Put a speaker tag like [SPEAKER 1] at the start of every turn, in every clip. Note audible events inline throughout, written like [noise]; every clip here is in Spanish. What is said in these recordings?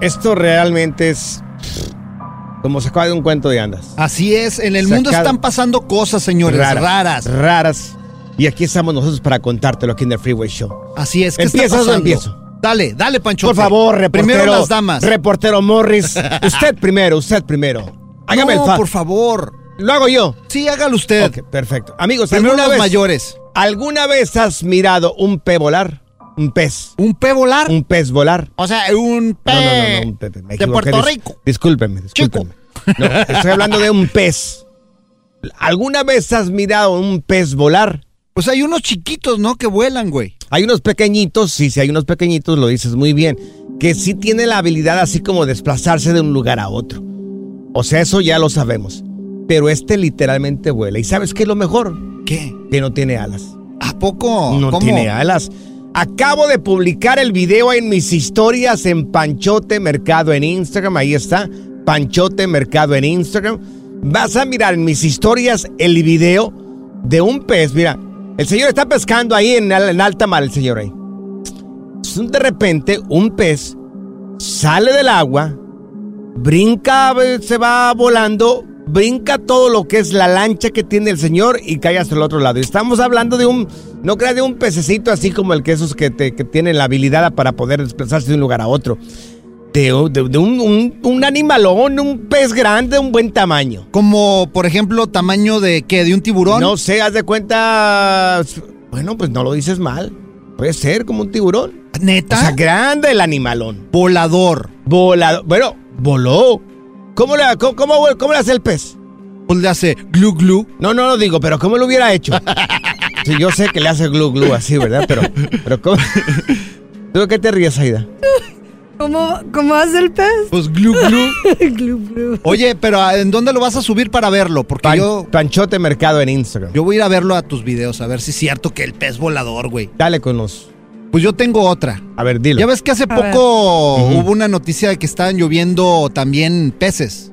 [SPEAKER 1] esto realmente es como sacado de un cuento de andas.
[SPEAKER 2] Así es, en el
[SPEAKER 1] Sacado.
[SPEAKER 2] mundo están pasando cosas, señores, raras.
[SPEAKER 1] Raras. Y aquí estamos nosotros para contártelo aquí en el Freeway Show.
[SPEAKER 2] Así es, ¿qué está
[SPEAKER 1] ¿Empiezas o
[SPEAKER 2] pasando?
[SPEAKER 1] empiezo?
[SPEAKER 2] Dale, dale, Pancho.
[SPEAKER 1] Por favor, reportero.
[SPEAKER 2] Primero las damas.
[SPEAKER 1] Reportero
[SPEAKER 2] [laughs]
[SPEAKER 1] Morris. Usted primero, usted primero. Hágame
[SPEAKER 2] no,
[SPEAKER 1] el fa.
[SPEAKER 2] por favor.
[SPEAKER 1] Lo hago yo.
[SPEAKER 2] Sí, hágalo usted.
[SPEAKER 1] Ok, perfecto. Amigos,
[SPEAKER 2] Primero
[SPEAKER 1] ¿alguna
[SPEAKER 2] las
[SPEAKER 1] vez-
[SPEAKER 2] mayores.
[SPEAKER 1] ¿Alguna vez has mirado un pez volar? Un pez.
[SPEAKER 2] ¿Un pe volar?
[SPEAKER 1] Un pez volar.
[SPEAKER 2] O sea, un pe...
[SPEAKER 1] No, no, no, no, un pez. me
[SPEAKER 2] de
[SPEAKER 1] equivoqué.
[SPEAKER 2] Puerto
[SPEAKER 1] Dis-
[SPEAKER 2] Rico.
[SPEAKER 1] Discúlpenme, discúlpenme. No, estoy hablando de un pez. ¿Alguna vez has mirado un pez volar?
[SPEAKER 2] Pues hay unos chiquitos, ¿no? Que vuelan, güey.
[SPEAKER 1] Hay unos pequeñitos, sí, sí, hay unos pequeñitos, lo dices muy bien, que sí tienen la habilidad así como de desplazarse de un lugar a otro. O sea, eso ya lo sabemos. Pero este literalmente vuela. ¿Y sabes qué es lo mejor?
[SPEAKER 2] ¿Qué?
[SPEAKER 1] Que no tiene alas.
[SPEAKER 2] ¿A poco?
[SPEAKER 1] No
[SPEAKER 2] ¿Cómo?
[SPEAKER 1] tiene alas. Acabo de publicar el video en mis historias en Panchote Mercado en Instagram. Ahí está. Panchote Mercado en Instagram. Vas a mirar en mis historias el video de un pez. Mira, el señor está pescando ahí en, al- en alta mar, el señor ahí. De repente, un pez sale del agua, brinca, eh, se va volando, brinca todo lo que es la lancha que tiene el señor y cae hasta el otro lado. Y Estamos hablando de un, no creas, de un pececito así como el que esos que, te- que tienen la habilidad para poder desplazarse de un lugar a otro. De, de- de un, un- un animalón, un pez grande, un buen tamaño.
[SPEAKER 2] Como, por ejemplo, tamaño de qué, de un tiburón.
[SPEAKER 1] No sé, haz de cuenta. Bueno, pues no lo dices mal. Puede ser como un tiburón.
[SPEAKER 2] Neta.
[SPEAKER 1] O sea, grande el animalón.
[SPEAKER 2] volador.
[SPEAKER 1] Volado. Bueno, voló. ¿Cómo le, cómo, cómo- cómo le hace el pez?
[SPEAKER 2] Pues le hace glu glu.
[SPEAKER 1] No, no lo digo, pero ¿cómo lo hubiera [laughs] hecho? Sí, yo sé que le hace glu glu así, ¿verdad? Pero, pero ¿cómo? ¿Tú de qué te ríes, Aida?
[SPEAKER 3] ¿Cómo, cómo hace el [laughs] pez?
[SPEAKER 2] Pues glu
[SPEAKER 1] [laughs]
[SPEAKER 2] glu.
[SPEAKER 3] Glu, glu.
[SPEAKER 2] Oye, pero ¿a- ¿en dónde lo vas a subir para verlo? Porque
[SPEAKER 1] Pan-
[SPEAKER 2] yo,
[SPEAKER 1] Panchote Mercado en Instagram.
[SPEAKER 2] yo voy a ir a verlo a tus videos, a ver si es cierto que el pez volador, güey.
[SPEAKER 1] Dale con los.
[SPEAKER 2] Pues yo tengo otra.
[SPEAKER 1] A ver, dilo.
[SPEAKER 2] Ya ves que hace
[SPEAKER 3] ver.
[SPEAKER 2] poco
[SPEAKER 1] Ujú.
[SPEAKER 2] hubo una noticia de que estaban lloviendo también peces.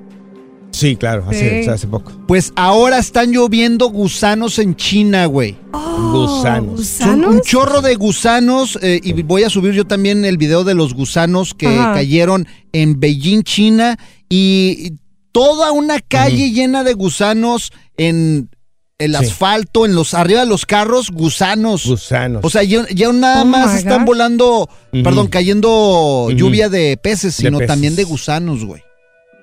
[SPEAKER 1] Sí, claro, así,
[SPEAKER 3] Sí.
[SPEAKER 1] o sea, hace poco.
[SPEAKER 2] Pues ahora están lloviendo gusanos en China, güey.
[SPEAKER 1] Gusanos.
[SPEAKER 2] Son un
[SPEAKER 3] Oh, ¿Gusanos?
[SPEAKER 2] chorro de gusanos eh, y voy a subir yo también el video de los gusanos que
[SPEAKER 3] Ajá.
[SPEAKER 2] cayeron en Beijing, China y toda una calle llena de gusanos en el
[SPEAKER 1] Sí.
[SPEAKER 2] asfalto, en los arriba de los carros, gusanos.
[SPEAKER 1] Gusanos.
[SPEAKER 2] o sea, ya, ya nada
[SPEAKER 3] Oh
[SPEAKER 2] más
[SPEAKER 3] my
[SPEAKER 2] están
[SPEAKER 3] gosh.
[SPEAKER 2] volando,
[SPEAKER 1] Ujú.
[SPEAKER 2] perdón, cayendo lluvia de peces,
[SPEAKER 1] De
[SPEAKER 2] sino
[SPEAKER 1] peces.
[SPEAKER 2] también de gusanos, güey.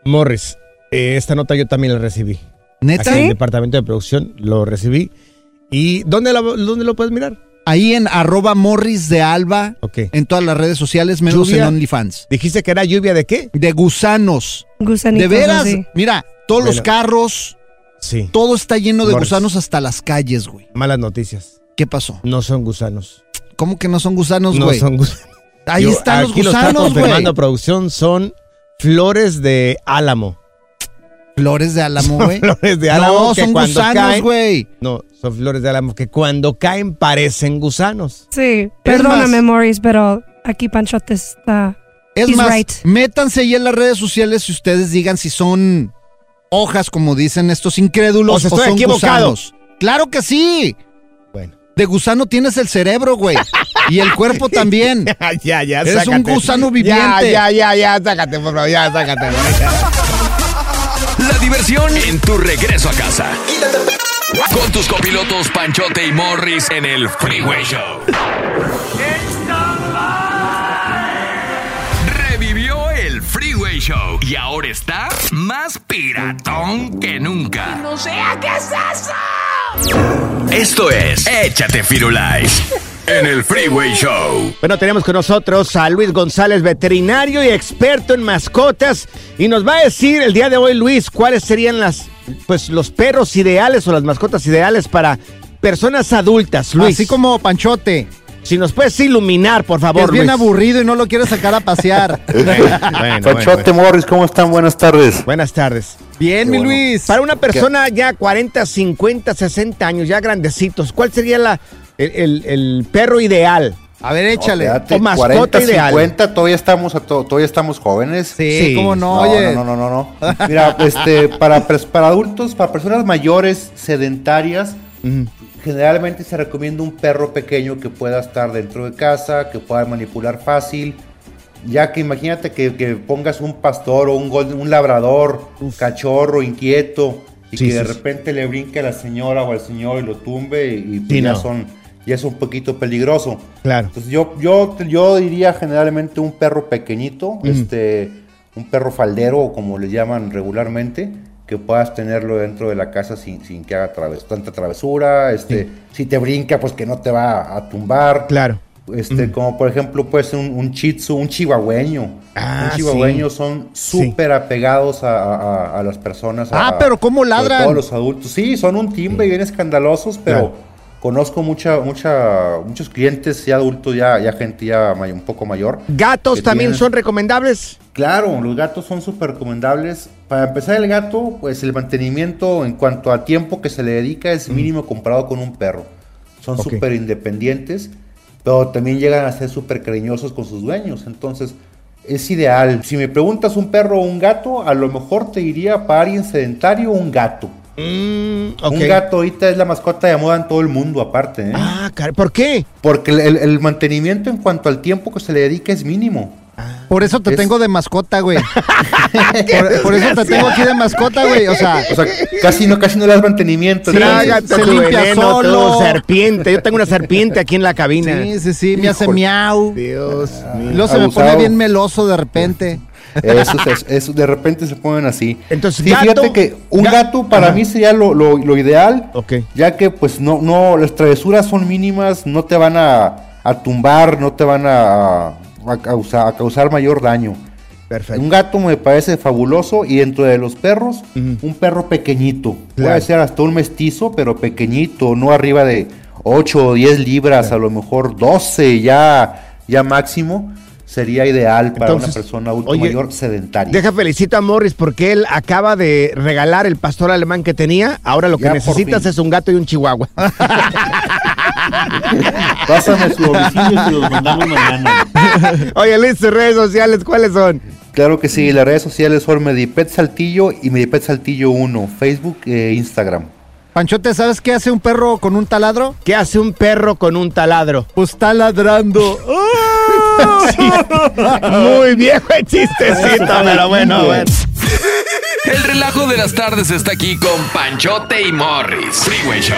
[SPEAKER 1] Morris, eh, esta nota yo también la recibí.
[SPEAKER 2] Neta,
[SPEAKER 1] Aquí en el departamento de producción lo recibí. ¿Y dónde, la- dónde lo puedes mirar?
[SPEAKER 2] ahí en arroba morris de alba,
[SPEAKER 1] Ok.
[SPEAKER 2] en todas las redes sociales, menos
[SPEAKER 1] Lluvia.
[SPEAKER 2] en OnlyFans.
[SPEAKER 1] Dijiste que era lluvia de qué?
[SPEAKER 2] De gusanos. De
[SPEAKER 3] Gusanitos
[SPEAKER 2] veras,
[SPEAKER 3] así.
[SPEAKER 2] mira, todos los
[SPEAKER 1] Bueno.
[SPEAKER 2] carros,
[SPEAKER 1] Sí.
[SPEAKER 2] todo está lleno de
[SPEAKER 1] Morris.
[SPEAKER 2] gusanos hasta las calles, güey.
[SPEAKER 1] Malas noticias.
[SPEAKER 2] ¿Qué pasó?
[SPEAKER 1] No son gusanos.
[SPEAKER 2] ¿Cómo que no son gusanos,
[SPEAKER 1] No
[SPEAKER 2] güey?
[SPEAKER 1] son gusanos.
[SPEAKER 2] Ahí
[SPEAKER 1] Yo-
[SPEAKER 2] están los
[SPEAKER 1] aquí lo está
[SPEAKER 2] gusanos, güey.
[SPEAKER 1] confirmando producción son flores de álamo. [laughs]
[SPEAKER 2] Flores de álamo, güey.
[SPEAKER 1] Flores de álamo
[SPEAKER 2] No,
[SPEAKER 1] que
[SPEAKER 2] son
[SPEAKER 1] cuando
[SPEAKER 2] gusanos,
[SPEAKER 1] caen,
[SPEAKER 2] güey.
[SPEAKER 1] no, son flores de álamo que cuando caen parecen gusanos.
[SPEAKER 3] Sí, perdóname,
[SPEAKER 2] más-
[SPEAKER 3] Morris, pero aquí Panchote está.
[SPEAKER 2] Es
[SPEAKER 3] He's
[SPEAKER 2] más,
[SPEAKER 3] right.
[SPEAKER 2] métanse ahí en las redes sociales y ustedes digan si son hojas, como dicen estos incrédulos,
[SPEAKER 1] O sea,
[SPEAKER 2] o
[SPEAKER 1] estoy
[SPEAKER 2] son
[SPEAKER 1] equivocado.
[SPEAKER 2] gusanos. Claro que sí.
[SPEAKER 1] Bueno. [laughs]
[SPEAKER 2] De gusano tienes el cerebro, güey. y el cuerpo también.
[SPEAKER 1] ya, ya,
[SPEAKER 2] Eres un gusano viviente.
[SPEAKER 1] Ya, ya, ya, ya, sácate, por favor, ya,
[SPEAKER 2] [laughs]
[SPEAKER 1] sácate.
[SPEAKER 4] La diversión en tu regreso a casa. Con tus copilotos Panchote y Morris en el Freeway Show. Revivió el Freeway Show. Y ahora está más piratón que nunca. ¡No sé qué es eso! Esto es Échate Firulais en el Freeway Show.
[SPEAKER 1] Bueno, tenemos con nosotros a Luis González, veterinario y experto en mascotas, y nos va a decir el día de hoy, Luis, cuáles serían las, pues, los perros ideales o las mascotas ideales para personas adultas, Luis.
[SPEAKER 2] Así como Panchote.
[SPEAKER 1] si nos puedes iluminar, por
[SPEAKER 2] que
[SPEAKER 1] favor,
[SPEAKER 2] es bien
[SPEAKER 1] Luis.
[SPEAKER 2] aburrido y no lo quiere sacar a pasear.
[SPEAKER 1] [laughs] Bueno, bueno,
[SPEAKER 5] Panchote
[SPEAKER 1] bueno.
[SPEAKER 5] Morris, ¿cómo están? Buenas tardes.
[SPEAKER 1] Buenas tardes.
[SPEAKER 2] bien, mi
[SPEAKER 5] bueno.
[SPEAKER 2] Luis.
[SPEAKER 1] Para una persona ya 40, 50, 60 años, ya grandecitos, ¿cuál sería la, el, el- el perro ideal?
[SPEAKER 2] A ver, échale.
[SPEAKER 5] No, fíjate,
[SPEAKER 1] O mascota
[SPEAKER 5] 40,
[SPEAKER 1] ideal.
[SPEAKER 5] 50, todavía estamos, a to- todavía estamos jóvenes.
[SPEAKER 2] sí,
[SPEAKER 1] sí.
[SPEAKER 2] cómo no, oye.
[SPEAKER 5] No, no, no, no, no. Mira, este, para, pers- para adultos, para personas mayores, sedentarias, generalmente se recomienda un perro pequeño que pueda estar dentro de casa, que pueda manipular fácil. Ya que imagínate que, que pongas un pastor o un, golden- un labrador, un cachorro inquieto, y
[SPEAKER 1] Sí,
[SPEAKER 5] que de
[SPEAKER 1] sí, sí.
[SPEAKER 5] repente le brinque a la señora o al señor y lo tumbe, y, y pues
[SPEAKER 1] Sí,
[SPEAKER 5] ya,
[SPEAKER 1] no.
[SPEAKER 5] son, ya es un poquito peligroso.
[SPEAKER 1] Claro.
[SPEAKER 5] Entonces yo, yo, yo diría generalmente un perro pequeñito, este, un perro faldero, o como le llaman regularmente, que puedas tenerlo dentro de la casa sin, sin que haga traves- tanta travesura, este, si te brinca, pues que no te va a tumbar.
[SPEAKER 1] Claro.
[SPEAKER 5] Este, como por ejemplo, pues un, un shih tzu, un chihuahueño.
[SPEAKER 1] Ah,
[SPEAKER 5] un chihuahueño son
[SPEAKER 1] Sí.
[SPEAKER 5] súper apegados a, a- a- a las personas. a-
[SPEAKER 2] Ah, pero ¿cómo
[SPEAKER 5] sobre
[SPEAKER 2] ladran?
[SPEAKER 5] todo los adultos. Sí, son un timbre bien escandalosos, pero
[SPEAKER 1] Claro.
[SPEAKER 5] conozco mucha, mucha, muchos clientes ya adultos, ya, ya gente ya may- un poco mayor.
[SPEAKER 1] ¿Gatos
[SPEAKER 5] que
[SPEAKER 1] también
[SPEAKER 5] tienen-
[SPEAKER 1] son recomendables?
[SPEAKER 5] Claro, los gatos son súper recomendables. Para empezar, el gato, pues el mantenimiento en cuanto a tiempo que se le dedica es mínimo comparado con un perro. Son
[SPEAKER 1] Ok.
[SPEAKER 5] súper independientes, pero también llegan a ser súper cariñosos con sus dueños. Entonces, es ideal. Si me preguntas un perro o un gato, a lo mejor te diría para alguien sedentario un gato.
[SPEAKER 1] Mm,
[SPEAKER 5] Un gato ahorita es la mascota de moda en todo el mundo, aparte. ¿eh?
[SPEAKER 1] Ah, car- ¿por qué?
[SPEAKER 5] Porque el, el- el mantenimiento en cuanto al tiempo que se le dedica es mínimo.
[SPEAKER 2] Por eso te
[SPEAKER 5] Es-
[SPEAKER 2] tengo de mascota, güey. por, por eso te tengo aquí de mascota, güey. O sea, [laughs]
[SPEAKER 5] O sea, casi no, casi no le das mantenimiento.
[SPEAKER 2] Sí,
[SPEAKER 5] entonces-
[SPEAKER 2] gato. se limpia
[SPEAKER 1] tú,
[SPEAKER 2] solo.
[SPEAKER 1] serpiente. Yo tengo una serpiente aquí en la cabina.
[SPEAKER 2] sí, sí, sí, me hace miau.
[SPEAKER 1] Dios mío.
[SPEAKER 2] Luego se me
[SPEAKER 5] Abusado.
[SPEAKER 2] pone bien meloso de repente.
[SPEAKER 5] Eso, es- eso, de repente se ponen así.
[SPEAKER 1] Entonces,
[SPEAKER 5] Sí,
[SPEAKER 1] gato-
[SPEAKER 5] fíjate que un
[SPEAKER 1] ga-
[SPEAKER 5] gato para
[SPEAKER 1] Ajá.
[SPEAKER 5] mí sería lo, lo- lo ideal.
[SPEAKER 1] Ok.
[SPEAKER 5] Ya que pues no, no, las travesuras son mínimas, no te van a, a tumbar, no te van a, a causar, a causar mayor daño.
[SPEAKER 1] Perfecto.
[SPEAKER 5] Un gato me parece fabuloso y dentro de los perros, un perro pequeñito.
[SPEAKER 1] Claro.
[SPEAKER 5] Puede ser hasta un mestizo, pero pequeñito, no arriba de 8 o 10 libras, a lo mejor 12 ya, ya máximo, sería ideal para
[SPEAKER 1] Entonces,
[SPEAKER 5] una persona adulta
[SPEAKER 1] oye,
[SPEAKER 5] mayor sedentaria.
[SPEAKER 1] Deja felicito a Morris porque él acaba de regalar el pastor alemán que tenía. Ahora lo que
[SPEAKER 5] Ya por
[SPEAKER 1] necesitas
[SPEAKER 5] fin.
[SPEAKER 1] es un gato y un chihuahua. [laughs]
[SPEAKER 5] Pásame
[SPEAKER 1] [laughs]
[SPEAKER 5] su domicilio y se los mandamos mañana.
[SPEAKER 1] Oye, Luis, tus redes sociales, ¿cuáles son?
[SPEAKER 5] Claro que sí, las redes sociales son Medipet Saltillo y Medipet Saltillo 1, Facebook e Instagram.
[SPEAKER 2] Panchote, ¿sabes qué hace un perro con un taladro?
[SPEAKER 1] ¿Qué hace un perro con un
[SPEAKER 5] [laughs]
[SPEAKER 1] taladro? [laughs]
[SPEAKER 2] Pues ¡Ah! está ladrando.
[SPEAKER 1] Muy viejo el chistecito, pero bueno, bueno.
[SPEAKER 4] El relajo de las tardes está aquí con Panchote y Morris. Freeway Show.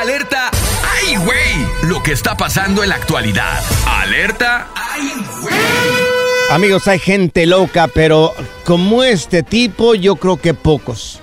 [SPEAKER 4] Alerta. ¡Ay, güey! Lo que está pasando en la actualidad. Alerta. ¡Ay, güey!
[SPEAKER 1] Amigos, hay gente loca, pero como este tipo, yo creo que pocos.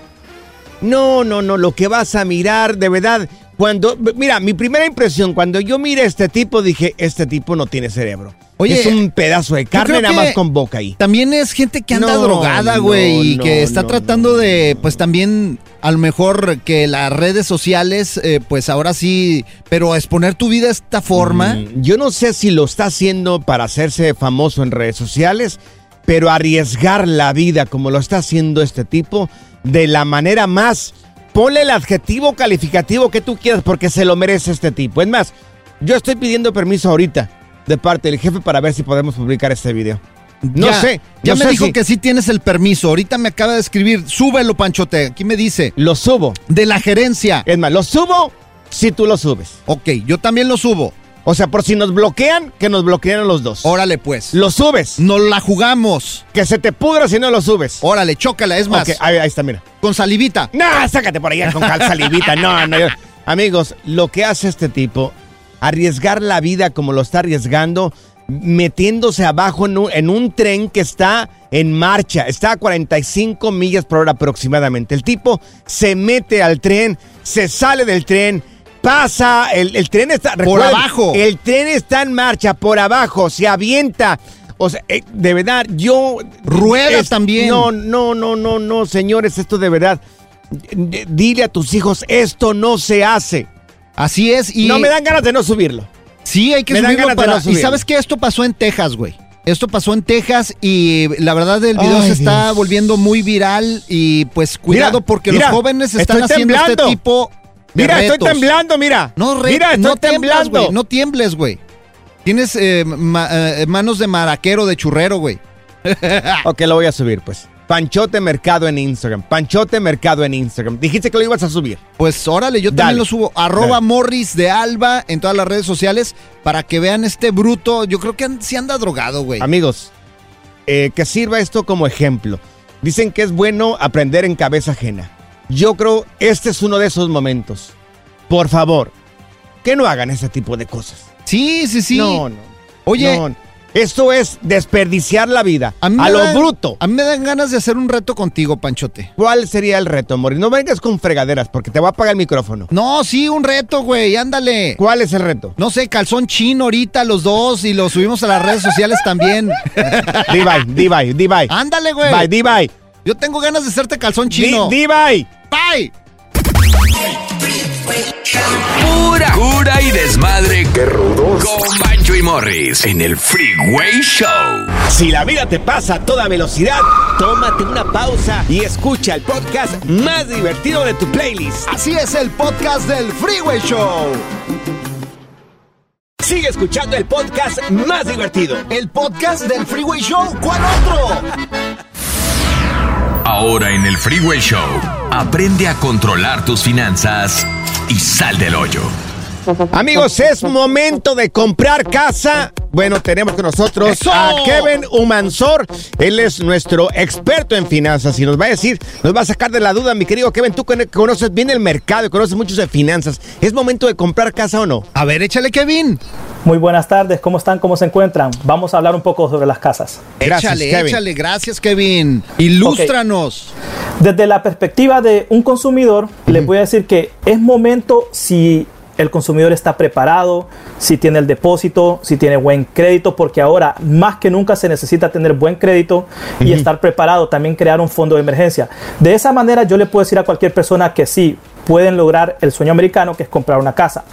[SPEAKER 1] No, no, no, lo que vas a mirar, de verdad, cuando, mira, mi primera impresión, cuando yo miré a este tipo, dije, este tipo no tiene cerebro.
[SPEAKER 2] Oye,
[SPEAKER 1] es un pedazo de carne
[SPEAKER 2] creo
[SPEAKER 1] nada
[SPEAKER 2] que-
[SPEAKER 1] más con boca ahí.
[SPEAKER 2] También es gente que anda
[SPEAKER 1] No,
[SPEAKER 2] drogada,
[SPEAKER 1] no,
[SPEAKER 2] güey, y
[SPEAKER 1] no,
[SPEAKER 2] que está
[SPEAKER 1] no,
[SPEAKER 2] tratando
[SPEAKER 1] no,
[SPEAKER 2] de,
[SPEAKER 1] no.
[SPEAKER 2] pues también, a lo mejor que las redes sociales, eh, pues ahora sí, pero exponer tu vida de esta forma,
[SPEAKER 1] Mm, Yo no sé si lo está haciendo para hacerse famoso en redes sociales, pero arriesgar la vida como lo está haciendo este tipo, de la manera más, ponle el adjetivo calificativo que tú quieras porque se lo merece este tipo. Es más, yo estoy pidiendo permiso ahorita de parte del jefe para ver si podemos publicar este video. No
[SPEAKER 2] ya,
[SPEAKER 1] sé,
[SPEAKER 2] Ya
[SPEAKER 1] no
[SPEAKER 2] me
[SPEAKER 1] sé
[SPEAKER 2] dijo
[SPEAKER 1] si
[SPEAKER 2] que sí tienes el permiso. Ahorita me acaba de escribir, súbelo, Panchote. Aquí me dice,
[SPEAKER 1] lo subo.
[SPEAKER 2] de la gerencia.
[SPEAKER 1] Es más, lo subo si tú lo subes.
[SPEAKER 2] Ok, yo también lo subo.
[SPEAKER 1] O sea, por si nos bloquean, que nos bloqueen a los dos.
[SPEAKER 2] Órale, pues.
[SPEAKER 1] Lo subes.
[SPEAKER 2] Nos la jugamos.
[SPEAKER 1] Que se te pudra si no lo subes.
[SPEAKER 2] Órale, chócala, es más.
[SPEAKER 1] Ok, ahí, ahí está, mira.
[SPEAKER 2] Con salivita.
[SPEAKER 1] No, sácate por allá con calza livita. No, no. yo- Amigos, lo que hace este tipo, arriesgar la vida como lo está arriesgando, metiéndose abajo en un, en un tren que está en marcha. Está a 45 millas por hora aproximadamente. El tipo se mete al tren, se sale del tren, pasa. El, el tren está. recuerden,
[SPEAKER 2] abajo.
[SPEAKER 1] El tren está en marcha, por abajo, se avienta. O sea, eh, de verdad, yo.
[SPEAKER 2] Ruedas también.
[SPEAKER 1] No, no, no, no, no, señores, esto de verdad. d- Dile a tus hijos, esto no se hace.
[SPEAKER 2] Así es. Y
[SPEAKER 1] No me dan ganas de no subirlo.
[SPEAKER 2] Sí, hay que
[SPEAKER 1] Me dan
[SPEAKER 2] subirlo
[SPEAKER 1] ganas de
[SPEAKER 2] para.
[SPEAKER 1] no subir.
[SPEAKER 2] Y sabes que esto pasó en Texas, güey. Esto pasó en Texas y la verdad el video
[SPEAKER 1] Ay,
[SPEAKER 2] se está
[SPEAKER 1] Dios.
[SPEAKER 2] volviendo muy viral y pues cuidado
[SPEAKER 1] Mira,
[SPEAKER 2] porque
[SPEAKER 1] mira,
[SPEAKER 2] los jóvenes están
[SPEAKER 1] estoy
[SPEAKER 2] haciendo
[SPEAKER 1] temblando.
[SPEAKER 2] este tipo de
[SPEAKER 1] Mira, estoy
[SPEAKER 2] retos.
[SPEAKER 1] temblando, mira.
[SPEAKER 2] No, re-
[SPEAKER 1] mira, estoy
[SPEAKER 2] no tiemblas,
[SPEAKER 1] temblando.
[SPEAKER 2] güey, no tiembles, güey. Tienes eh, ma- eh, manos de maraquero, de churrero, güey.
[SPEAKER 1] Ah, Ok, lo voy a subir, pues. Panchote Mercado en Instagram. Panchote Mercado en Instagram. Dijiste que lo ibas a subir.
[SPEAKER 2] Pues órale, yo
[SPEAKER 1] Dale.
[SPEAKER 2] también lo subo. Arroba
[SPEAKER 1] Dale.
[SPEAKER 2] Morris de Alba en todas las redes sociales para que vean este bruto. Yo creo que an- sí anda drogado, güey.
[SPEAKER 1] Amigos, eh, que sirva esto como ejemplo. Dicen que es bueno aprender en cabeza ajena. Yo creo este es uno de esos momentos. Por favor, que no hagan ese tipo de cosas.
[SPEAKER 2] Sí, sí, sí.
[SPEAKER 1] No, no.
[SPEAKER 2] Oye,
[SPEAKER 1] no, no. esto es desperdiciar la vida a,
[SPEAKER 2] me
[SPEAKER 1] lo
[SPEAKER 2] dan-
[SPEAKER 1] bruto.
[SPEAKER 2] A mí me dan ganas de hacer un reto contigo, Panchote.
[SPEAKER 1] ¿Cuál sería el reto, Moris? No vengas con fregaderas porque te va a apagar el micrófono.
[SPEAKER 2] No, sí, un reto, güey, ándale.
[SPEAKER 1] ¿Cuál es el reto?
[SPEAKER 2] No sé, calzón chino ahorita los dos y lo subimos a las redes sociales
[SPEAKER 1] [laughs]
[SPEAKER 2] también.
[SPEAKER 1] Divay, Divay, Divay.
[SPEAKER 2] ándale,
[SPEAKER 1] Bye,
[SPEAKER 2] Ah, güey.
[SPEAKER 1] Divay.
[SPEAKER 2] Yo tengo ganas de hacerte calzón chino.
[SPEAKER 1] Di- Divay.
[SPEAKER 2] Bye.
[SPEAKER 4] Pura cura y desmadre. Qué rudos. Con Bancho y Morris en el Freeway Show.
[SPEAKER 1] Si la vida te pasa a toda velocidad, tómate una pausa y escucha el podcast más divertido de tu playlist.
[SPEAKER 2] Así es el podcast del Freeway Show.
[SPEAKER 1] Sigue escuchando el podcast más divertido.
[SPEAKER 2] El podcast del Freeway Show. ¿Cuál otro?
[SPEAKER 4] Ahora en el Freeway Show, aprende a controlar tus finanzas y sal del hoyo.
[SPEAKER 1] Amigos, es momento de comprar casa. Bueno, tenemos con nosotros
[SPEAKER 2] ¡Eso!
[SPEAKER 1] a Kevin Humansor. Él es nuestro experto en finanzas y nos va a decir, nos va a sacar de la duda, mi querido Kevin. Tú cono- conoces bien el mercado y conoces mucho de finanzas. ¿Es momento de comprar casa o no?
[SPEAKER 2] A ver, échale, Kevin.
[SPEAKER 5] Muy buenas tardes, ¿cómo están? ¿Cómo se encuentran? Vamos a hablar un poco sobre las casas.
[SPEAKER 1] Gracias,
[SPEAKER 2] échale,
[SPEAKER 1] Kevin.
[SPEAKER 2] échale. Gracias, Kevin. Ilústranos.
[SPEAKER 5] Desde la perspectiva de un consumidor, les voy a decir que es momento si el consumidor está preparado, si tiene el depósito, si tiene buen crédito, porque ahora más que nunca se necesita tener buen crédito y estar preparado, también crear un fondo de emergencia. De esa manera yo le puedo decir a cualquier persona que sí, pueden lograr el sueño americano que es comprar una casa.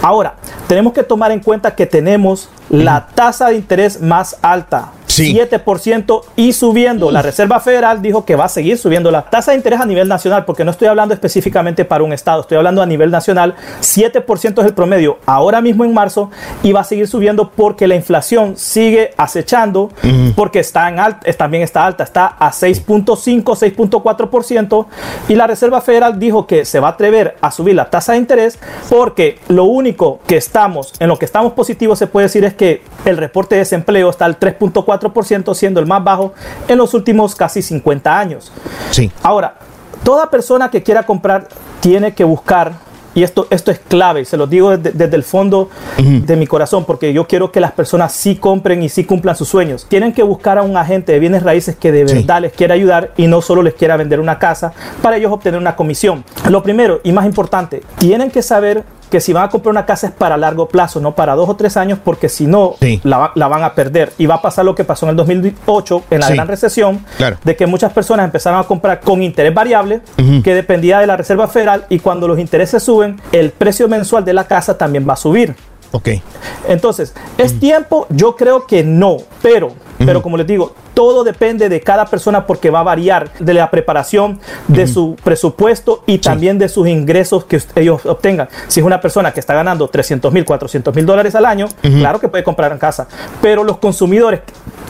[SPEAKER 5] Ahora, tenemos que tomar en cuenta que tenemos la tasa de interés más alta,
[SPEAKER 1] Sí.
[SPEAKER 5] 7% y subiendo. La Reserva Federal dijo que va a seguir subiendo la tasa de interés a nivel nacional, porque no estoy hablando específicamente para un estado, estoy hablando a nivel nacional. 7% es el promedio ahora mismo en marzo y va a seguir subiendo porque la inflación sigue acechando, porque está en alta, es- también está alta, está a 6.5, 6.4% y la Reserva Federal dijo que se va a atrever a subir la tasa de interés porque lo único que estamos, en lo que estamos positivos se puede decir es que el reporte de desempleo está al 3.4% siendo el más bajo en los últimos casi 50 años.
[SPEAKER 1] Sí.
[SPEAKER 5] Ahora, toda persona que quiera comprar tiene que buscar, y esto, esto es clave, se lo digo desde, desde el fondo de mi corazón, porque yo quiero que las personas sí compren y sí cumplan sus sueños. Tienen que buscar a un agente de bienes raíces que de verdad les quiera ayudar y no solo les quiera vender una casa para ellos obtener una comisión. Lo primero y más importante, tienen que saber que si van a comprar una casa es para largo plazo, no para dos o tres años, porque si no,
[SPEAKER 1] Sí.
[SPEAKER 5] la, va- la van a perder. Y va a pasar lo que pasó en el 2008, en la
[SPEAKER 1] Sí.
[SPEAKER 5] gran recesión,
[SPEAKER 1] Claro.
[SPEAKER 5] de que muchas personas empezaron a comprar con interés variable que dependía de la Reserva Federal y cuando los intereses suben, el precio mensual de la casa también va a subir.
[SPEAKER 1] Ok.
[SPEAKER 5] Entonces, ¿es tiempo? Yo creo que no, pero, pero como les digo, todo depende de cada persona porque va a variar de la preparación, de su presupuesto y también de sus ingresos que us- ellos obtengan. Si es una persona que está ganando 300 mil, 400 mil dólares al año, claro que puede comprar en casa, pero los consumidores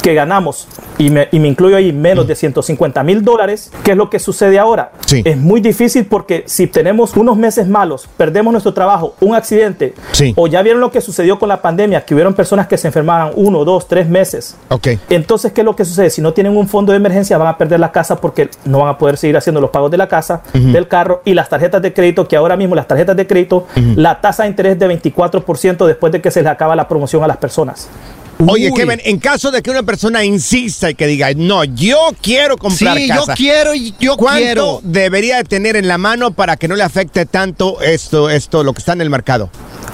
[SPEAKER 5] que ganamos, y me, y me incluyo ahí, menos de 150 mil dólares, ¿qué es lo que sucede ahora?
[SPEAKER 1] Sí.
[SPEAKER 5] Es muy difícil porque si tenemos unos meses malos, perdemos nuestro trabajo, un accidente,
[SPEAKER 1] Sí.
[SPEAKER 5] o ya vieron lo que sucedió con la pandemia, que hubieron personas que se enfermaban uno, dos, tres meses.
[SPEAKER 1] Ok.
[SPEAKER 5] Entonces, ¿qué es lo que sucede? Si no tienen un fondo de emergencia, van a perder la casa porque no van a poder seguir haciendo los pagos de la casa, del carro y las tarjetas de crédito, que ahora mismo las tarjetas de crédito, la tasa de interés de 24% después de que se les acaba la promoción a las personas.
[SPEAKER 1] Oye,
[SPEAKER 2] Uy.
[SPEAKER 1] Kevin, en caso de que una persona insista y que diga, no, yo quiero comprar
[SPEAKER 2] Sí,
[SPEAKER 1] casa.
[SPEAKER 2] yo quiero, y yo
[SPEAKER 1] ¿Cuánto
[SPEAKER 2] quiero.
[SPEAKER 1] debería de tener en la mano para que no le afecte tanto esto, esto, lo que está en el mercado?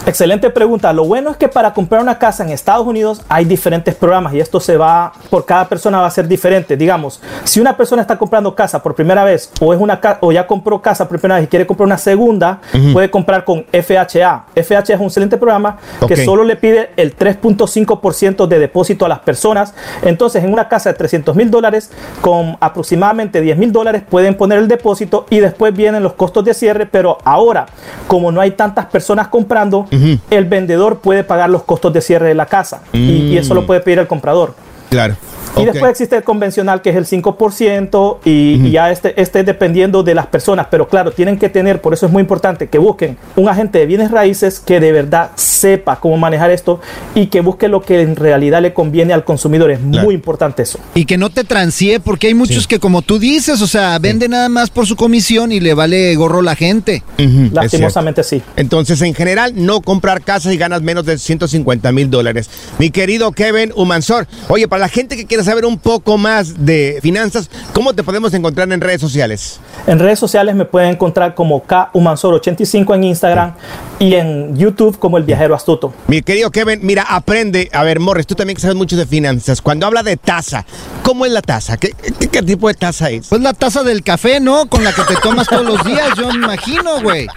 [SPEAKER 5] Excelente pregunta. Lo bueno es que para comprar una casa en Estados Unidos hay diferentes programas y esto se va, por cada persona va a ser diferente. Digamos, si una persona está comprando casa por primera vez o, es una ca- o ya compró casa por primera vez y quiere comprar una segunda, puede comprar con FHA. FHA es un excelente programa
[SPEAKER 1] Ok.
[SPEAKER 5] que solo le pide el 3.5% de depósito a las personas. Entonces, en una casa de 300 mil dólares, con aproximadamente 10 mil dólares pueden poner el depósito y después vienen los costos de cierre. Pero ahora, como no hay tantas personas comprando, el vendedor puede pagar los costos de cierre de la casa y, y eso lo puede pedir el comprador.
[SPEAKER 1] Claro.
[SPEAKER 5] Y después existe el convencional que es el 5% y, y ya este, este es dependiendo de las personas, pero claro, tienen que tener, por eso es muy importante que busquen un agente de bienes raíces que de verdad sepa cómo manejar esto y que busque lo que en realidad le conviene al consumidor. Es
[SPEAKER 1] Claro.
[SPEAKER 5] muy importante eso.
[SPEAKER 2] Y que no te transíe, porque hay muchos que, como tú dices, o sea, vende nada más por su comisión y le vale gorro la gente.
[SPEAKER 1] Ujú, es
[SPEAKER 5] Lastimosamente sí.
[SPEAKER 1] cierto. Entonces, en general, no comprar casas y ganas menos de 150 mil dólares. Mi querido Kevin Humansor, oye, para la gente que quiere saber un poco más de finanzas, ¿cómo te podemos encontrar en redes sociales?
[SPEAKER 5] En redes sociales me pueden encontrar como KUmansor85 en Instagram y en YouTube como El Viajero Astuto.
[SPEAKER 1] Mi querido Kevin, mira, aprende. A ver, Morris, tú también que sabes mucho de finanzas. Cuando habla de tasa, ¿cómo es la tasa? ¿Qué, qué- qué tipo de tasa es?
[SPEAKER 2] Pues la taza del café, ¿no? Con la que te tomas todos los días, yo me imagino, güey.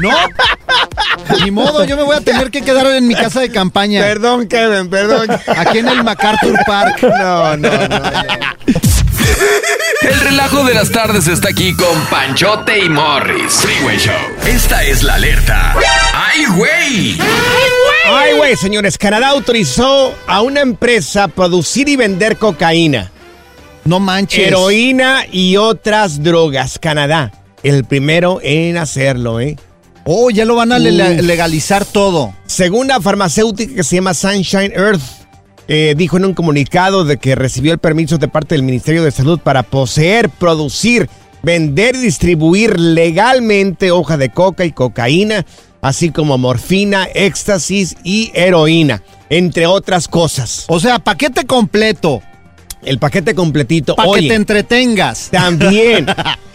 [SPEAKER 2] ¿No? Ni modo, yo me voy a tener que quedar en mi casa de campaña.
[SPEAKER 1] Perdón, Kevin, perdón.
[SPEAKER 2] Aquí en el MacArthur Park.
[SPEAKER 1] No, no, no.
[SPEAKER 4] El relajo de las tardes está aquí con Panchote y Morris. Freeway Show. Esta es la alerta. ¡Ay, güey!
[SPEAKER 1] Ay, güey, señores, Canadá autorizó a una empresa a producir y vender cocaína.
[SPEAKER 2] No manches.
[SPEAKER 1] Heroína y otras drogas. Canadá, el primero en hacerlo, ¿eh?
[SPEAKER 2] Oh, ya lo van a le-
[SPEAKER 1] Uf.
[SPEAKER 2] legalizar todo.
[SPEAKER 1] Según la farmacéutica que se llama Sunshine Earth, eh, dijo en un comunicado de que recibió el permiso de parte del Ministerio de Salud para poseer, producir, vender y distribuir legalmente hoja de coca y cocaína, así como morfina, éxtasis y heroína, entre otras cosas.
[SPEAKER 2] O sea, paquete completo.
[SPEAKER 1] El paquete completito.
[SPEAKER 2] Para que
[SPEAKER 1] Oye,
[SPEAKER 2] te entretengas.
[SPEAKER 1] También.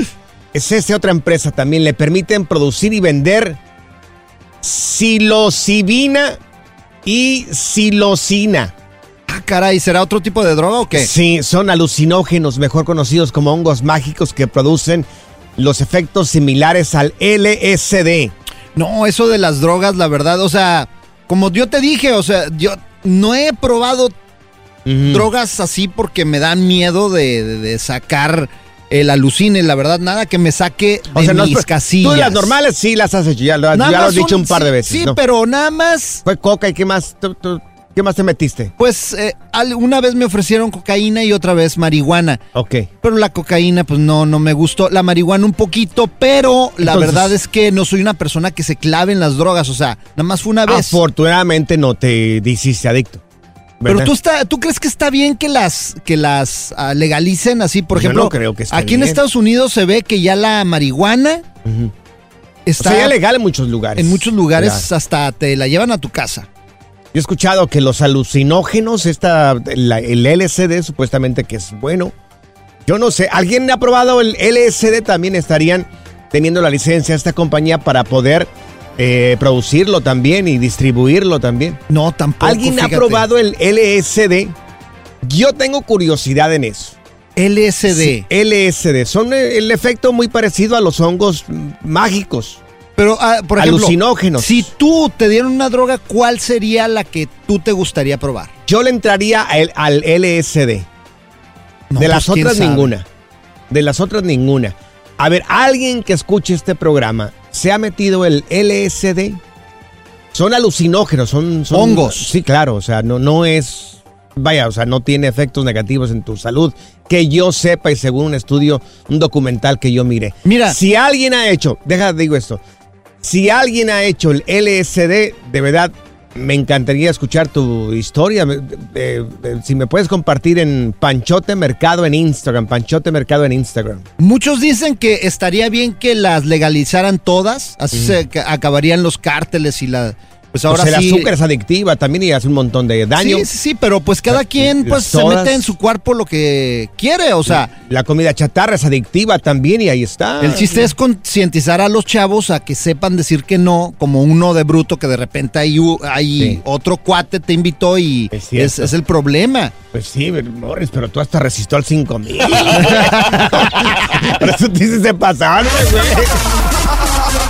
[SPEAKER 2] [laughs]
[SPEAKER 1] es esa otra empresa. También le permiten producir y vender psilocibina y psilocina.
[SPEAKER 2] Ah, caray, ¿será otro tipo de droga o qué?
[SPEAKER 1] Sí, son alucinógenos, mejor conocidos como hongos mágicos que producen los efectos similares al LSD.
[SPEAKER 2] No, eso de las drogas, la verdad, o sea, como yo te dije, o sea, yo no he probado drogas así porque me dan miedo de, de- de sacar el alucine, la verdad, nada que me saque de
[SPEAKER 1] no has
[SPEAKER 2] mis
[SPEAKER 1] pro-
[SPEAKER 2] casillas.
[SPEAKER 1] Tú las normales sí las has hecho, ya lo, has-
[SPEAKER 2] Nada
[SPEAKER 1] ya lo has
[SPEAKER 2] más
[SPEAKER 1] dicho un par de veces.
[SPEAKER 2] Sí,
[SPEAKER 1] ¿no?
[SPEAKER 2] pero nada más,
[SPEAKER 1] Fue coca y qué más, tú- tú- ¿qué más te metiste?
[SPEAKER 2] pues, eh, al- una vez me ofrecieron cocaína y otra vez marihuana.
[SPEAKER 1] Ok.
[SPEAKER 2] Pero la cocaína, pues no, no me gustó. La marihuana un poquito, pero la
[SPEAKER 1] Entonces-
[SPEAKER 2] verdad es que no soy una persona que se clave en las drogas. O sea, nada más fue una
[SPEAKER 1] Ah,
[SPEAKER 2] vez.
[SPEAKER 1] Afortunadamente no te hiciste adicto.
[SPEAKER 2] Pero
[SPEAKER 1] ¿verdad?
[SPEAKER 2] tú, está, tú crees que está bien que las, que las ah, legalicen así, por
[SPEAKER 1] Pues Yo
[SPEAKER 2] ejemplo.
[SPEAKER 1] no creo que esté
[SPEAKER 2] aquí en
[SPEAKER 1] bien.
[SPEAKER 2] Estados Unidos se ve que ya la marihuana
[SPEAKER 1] O
[SPEAKER 2] está
[SPEAKER 1] sea, ya legal en muchos lugares.
[SPEAKER 2] en muchos lugares
[SPEAKER 1] Claro.
[SPEAKER 2] hasta te la llevan a tu casa.
[SPEAKER 1] Yo he escuchado que los alucinógenos, esta, la- el LSD supuestamente que es bueno. Yo no sé, ¿alguien ha probado el LSD? También estarían teniendo la licencia esta compañía para poder eh, producirlo también y distribuirlo también.
[SPEAKER 2] No, tampoco.
[SPEAKER 1] ¿Alguien ha
[SPEAKER 2] fíjate.
[SPEAKER 1] probado el LSD? Yo tengo curiosidad en eso.
[SPEAKER 2] LSD?
[SPEAKER 1] Sí, LSD. Son eh, el efecto muy parecido a los hongos mm, mágicos.
[SPEAKER 2] Pero, ah, por ejemplo,
[SPEAKER 1] Alucinógenos.
[SPEAKER 2] Si tú te dieran una droga, ¿cuál sería la que tú te gustaría probar?
[SPEAKER 1] Yo le entraría a el- al LSD.
[SPEAKER 2] No,
[SPEAKER 1] de
[SPEAKER 2] pues,
[SPEAKER 1] las
[SPEAKER 2] ¿quién
[SPEAKER 1] otras
[SPEAKER 2] sabe?
[SPEAKER 1] ninguna. De las otras ninguna. A ver, alguien que escuche este programa, ¿se ha metido el LSD? Son alucinógenos, son, son-
[SPEAKER 2] Hongos.
[SPEAKER 1] Sí, claro, o sea, no, no es... Vaya, o sea, no tiene efectos negativos en tu salud, que yo sepa y según un estudio, un documental que yo mire.
[SPEAKER 2] Mira.
[SPEAKER 1] Si alguien ha hecho, deja, digo esto, si alguien ha hecho el LSD, de verdad, me encantaría escuchar tu historia. Me- eh, eh, si me puedes compartir en Panchote Mercado en Instagram, Panchote Mercado en Instagram.
[SPEAKER 2] Muchos dicen que estaría bien que las legalizaran todas, así se ca- acabarían los cárteles y la- Pues ahora
[SPEAKER 1] Mm. el
[SPEAKER 2] sí.
[SPEAKER 1] azúcar es adictiva también y hace un montón de daño.
[SPEAKER 2] Sí, sí, sí, pero pues cada
[SPEAKER 1] Las-
[SPEAKER 2] quien
[SPEAKER 1] las
[SPEAKER 2] pues se
[SPEAKER 1] sodas.
[SPEAKER 2] mete en su cuerpo lo que quiere, o sea,
[SPEAKER 1] La comida chatarra es adictiva también y ahí está.
[SPEAKER 2] el chiste es concientizar a los chavos a que sepan decir que no, como uno de bruto que de repente hay, u- hay
[SPEAKER 1] Sí.
[SPEAKER 2] otro cuate te invitó y
[SPEAKER 1] Es cierto.
[SPEAKER 2] es, es el problema.
[SPEAKER 1] Pues sí, Morris, pero tú hasta resistió al 5000. Por eso te dices de pasar, güey.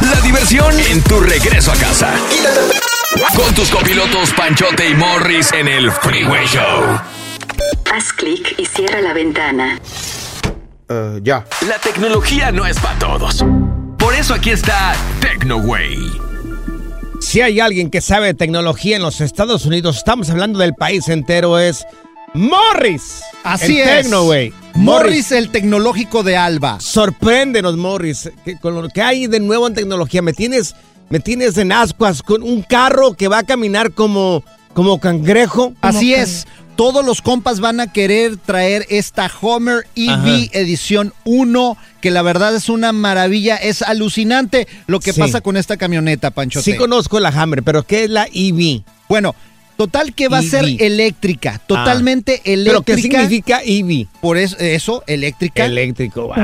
[SPEAKER 4] La diversión en tu regreso a casa. Con tus copilotos Panchote y Morris en el Freeway Show.
[SPEAKER 6] Haz clic y cierra la ventana.
[SPEAKER 7] Eh, ya.
[SPEAKER 4] La tecnología no es para todos. Por eso aquí está TecnoWay.
[SPEAKER 1] Si hay alguien que sabe de tecnología en los Estados Unidos, estamos hablando del país entero, es Morris.
[SPEAKER 2] Así
[SPEAKER 1] El
[SPEAKER 2] es.
[SPEAKER 1] Tecno, güey.
[SPEAKER 2] Morris, el tecnológico de Alba.
[SPEAKER 1] Sorpréndenos, Morris, que con lo que hay de nuevo en tecnología. Me tienes, me tienes en ascuas con un carro que va a caminar como, como cangrejo.
[SPEAKER 2] Así es. Todos los compas van a querer traer esta Homer EV
[SPEAKER 1] Ajá.
[SPEAKER 2] Edición 1, que la verdad es una maravilla, es alucinante lo que
[SPEAKER 1] Sí.
[SPEAKER 2] pasa con esta camioneta, Pancho.
[SPEAKER 1] Sí conozco la Hammer, pero ¿qué es la E EV?
[SPEAKER 2] Bueno, total que va a ser
[SPEAKER 1] EV.
[SPEAKER 2] eléctrica, totalmente
[SPEAKER 1] E
[SPEAKER 2] eléctrica.
[SPEAKER 1] Ah. ¿Pero qué significa E EV?
[SPEAKER 2] Por eso, eso, eléctrica.
[SPEAKER 1] Eléctrico, wow.
[SPEAKER 3] Wow.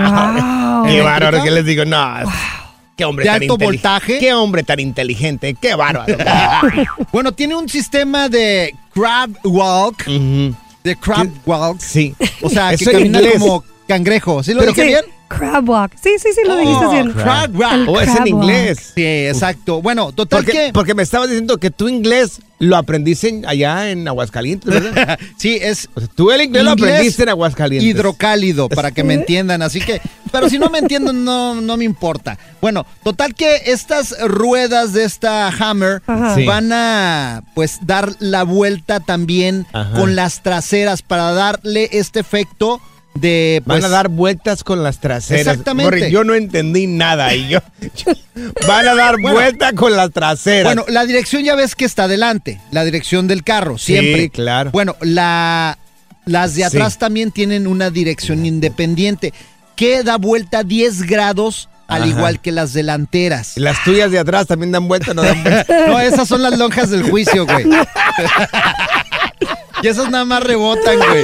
[SPEAKER 1] Qué
[SPEAKER 2] ¿Eléctrica?
[SPEAKER 1] bárbaro que les digo, no. Qué hombre
[SPEAKER 2] ¿De
[SPEAKER 1] tan
[SPEAKER 2] alto
[SPEAKER 1] inteli-
[SPEAKER 2] voltaje?
[SPEAKER 1] Qué hombre tan inteligente, qué
[SPEAKER 2] [laughs]
[SPEAKER 1] bárbaro.
[SPEAKER 2] bueno, tiene un sistema de crab walk,
[SPEAKER 1] Ujú.
[SPEAKER 2] de crab walk,
[SPEAKER 1] Sí.
[SPEAKER 2] o sea, que
[SPEAKER 1] Eso en
[SPEAKER 2] camina
[SPEAKER 1] inglés.
[SPEAKER 2] como cangrejo. ¿Sí lo
[SPEAKER 1] Pero
[SPEAKER 2] dije
[SPEAKER 3] Sí,
[SPEAKER 2] bien?
[SPEAKER 3] Crab walk. Sí, sí, sí, lo dijiste
[SPEAKER 2] Oh,
[SPEAKER 3] bien.
[SPEAKER 2] crab walk.
[SPEAKER 3] El
[SPEAKER 1] O es en
[SPEAKER 3] crab walk.
[SPEAKER 1] inglés.
[SPEAKER 2] Sí, exacto. Bueno, total
[SPEAKER 1] Porque,
[SPEAKER 2] que...
[SPEAKER 1] porque me estabas diciendo que tú inglés lo aprendiste en- allá en Aguascalientes, ¿verdad?
[SPEAKER 2] [laughs] Sí, es
[SPEAKER 1] O sea, tú el inglés, lo
[SPEAKER 2] Inglés
[SPEAKER 1] aprendiste en Aguascalientes.
[SPEAKER 2] hidrocálido, para que me entiendan. Así que, pero si no me entienden, no, no me importa. Bueno, total que estas ruedas de esta Hammer
[SPEAKER 3] Ajá.
[SPEAKER 1] Sí.
[SPEAKER 2] van a, pues, dar la vuelta también
[SPEAKER 1] Ajá.
[SPEAKER 2] con las traseras para darle este efecto de,
[SPEAKER 1] Van
[SPEAKER 2] pues,
[SPEAKER 1] a dar vueltas con las traseras.
[SPEAKER 2] Exactamente.
[SPEAKER 1] Corre, yo no entendí nada y yo, van a dar
[SPEAKER 2] Bueno.
[SPEAKER 1] vueltas con las traseras.
[SPEAKER 2] Bueno, la dirección ya ves que está adelante, la dirección del carro,
[SPEAKER 1] Sí,
[SPEAKER 2] siempre.
[SPEAKER 1] claro.
[SPEAKER 2] Bueno, la, las de
[SPEAKER 1] Sí.
[SPEAKER 2] atrás también tienen una dirección independiente que da vuelta 10 grados al
[SPEAKER 1] Ajá.
[SPEAKER 2] igual que las delanteras.
[SPEAKER 1] Y las tuyas de atrás también dan vueltas, no dan
[SPEAKER 3] [laughs]
[SPEAKER 1] vueltas.
[SPEAKER 2] [laughs] No, esas son las lonjas del juicio, güey. [laughs] Y esas nada más rebotan, güey.